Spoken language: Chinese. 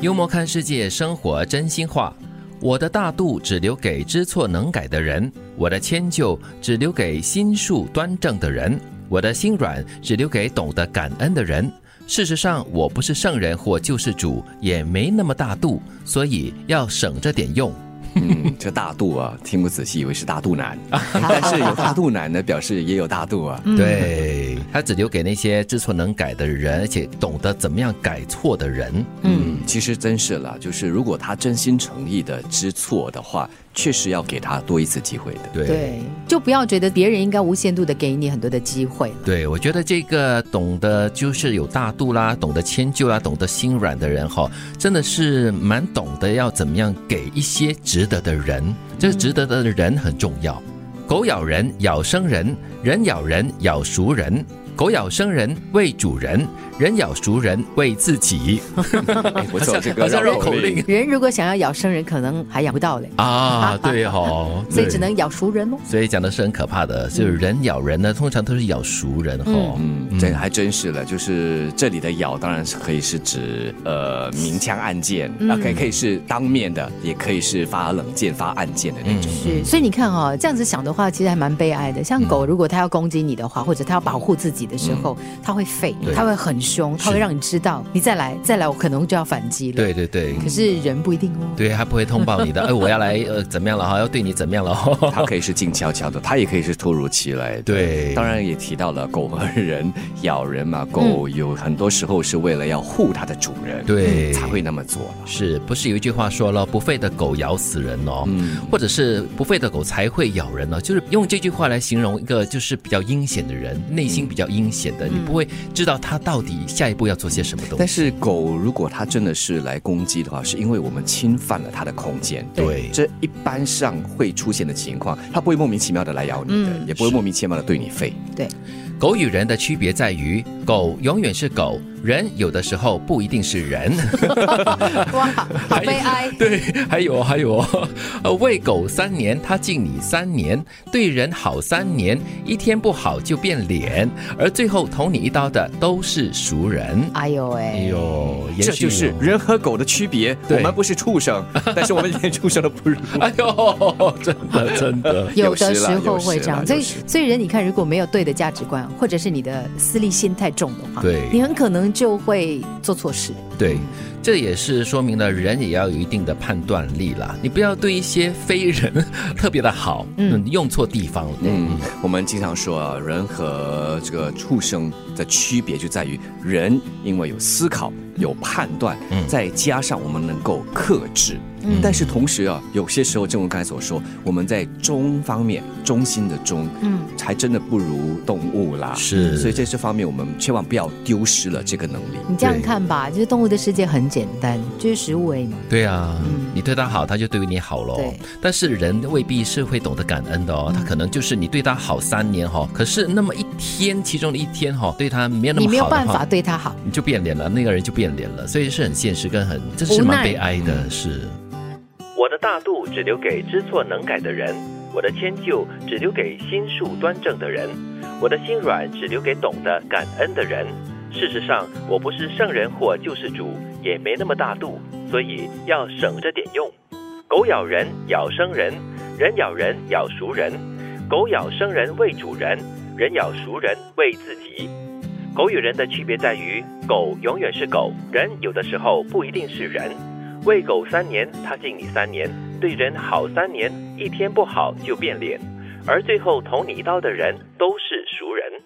幽默看世界，生活真心话。我的大度只留给知错能改的人，我的迁就只留给心术端正的人，我的心软只留给懂得感恩的人。事实上，我不是圣人或救世主，也没那么大度，所以要省着点用。嗯，这大肚啊，听不仔细以为是大 肚腩，但是有大肚腩呢，表示也有大度啊。嗯对，他只留给那些知错能改的人，而且懂得怎么样改错的人。嗯，其实真是了，就是如果他真心诚意的知错的话，确实要给他多一次机会的。 对。对，就不要觉得别人应该无限度的给你很多的机会了。对，我觉得这个懂得就是有大度啦，懂得迁就啦，懂得心软的人哈，真的是蛮懂得要怎么样给一些值得的人，这值得的人很重要。狗咬人咬生人，人咬人咬熟人，狗咬生人为主人，人咬熟人为自己。哎我走这个好像绕绕口口令令。人如果想要咬生人，可能还咬不到嘞，啊，对哦，所以对只能咬熟人喽。所以讲的是很可怕的，就是人咬人呢，通常都是咬熟人哈。嗯，这还真是了，就是这里的咬当然是可以是指呃明枪暗箭，嗯啊可以可以是当面的，也可以是发冷箭发暗箭的那种。是，所以你看哈、这样子想的话，其实还蛮悲哀的。像嗯狗，如果它要攻击你的话，或者它要保护自己的时候，它会吠，它会很凶，它会让你知道，你再来，再来，我可能就要反击了。，对对对，可是人不一定 哦。对，他不会通报你的。哎，我要来，呃，怎么样了哈？要对你怎么样了 哈？它可以是静悄悄的，它也可以是突如其来的。对当然也提到了狗和人咬人嘛，狗有很多时候是为了要护它的主人，对嗯才会那么做了。是不是有一句话说了，不吠的狗咬死人哦，嗯或者是不吠的狗才会咬人呢、就是用这句话来形容一个就是比较阴险的人，嗯内心比较阴险的，你不会知道他到底下一步要做些什么东但西。是狗如果它真的是来攻击的话，是因为我们侵犯了它的空间。对这一般上会出现的情况，它不会莫名其妙的来咬你的，嗯也不会莫名其妙的对你吠。对，狗与人的区别在于，狗永远是狗，人有的时候不一定是人。哇，好悲 哀。对，还有还有哦，呃，喂狗三年，它敬你三年；对人好三年，一天不好就变脸，而最后捅你一刀的都是熟人。哎呦喂、哎呦，延续这就是哦人和狗的区别。对我们不是畜生， 但是我们连畜生都不如。哎呦， 真的真的，有有的时时啦候会这样，有时啦所以有时所以人你看，如果没有对的价值观，或者是你的私利心太重的话，对你很可能就会做错事。对，这也是说明了人也要有一定的判断力啦。你不要对一些非人 特别的好，嗯，用错地方了。嗯，我们经常说啊，人和这个畜生的区别就在于，人因为有思考、有判断，再加上我们能够克制。但是同时啊，有些时候，正如刚才所说，我们在忠方面，忠心的忠，嗯，还真的不如动物啦。是所以在这方面，我们千万不要丢失了这个能力。你这样对看吧，就是动物的世界很简单，就是食物而已嘛。对啊，你对他好，他就对你好喽嗯对。嗯但是人未必是会懂得感恩的哦，他可能就是你对他好三年哈、哦，可是那么一天，其中的一天哈、哦，对他没有那你么好的没有话办法，对它好。你就变脸了，那个人就变脸了，所以是很现实跟很，这是无蛮奈悲哀的，是。我的大度只留给知错能改的人，我的迁就只留给心术端正的人，我的心软只留给懂得感恩的人。事实上，我不是圣人或救世主，也没那么大度，所以要省着点用。狗咬人咬生人，人咬人咬熟人，狗咬生人为主人，人咬熟人为自己。狗与人的区别在于，狗永远是狗，人有的时候不一定是人。喂狗三年，它敬你三年；对人好三年，一天不好就变脸。而最后捅你一刀的人都是熟人。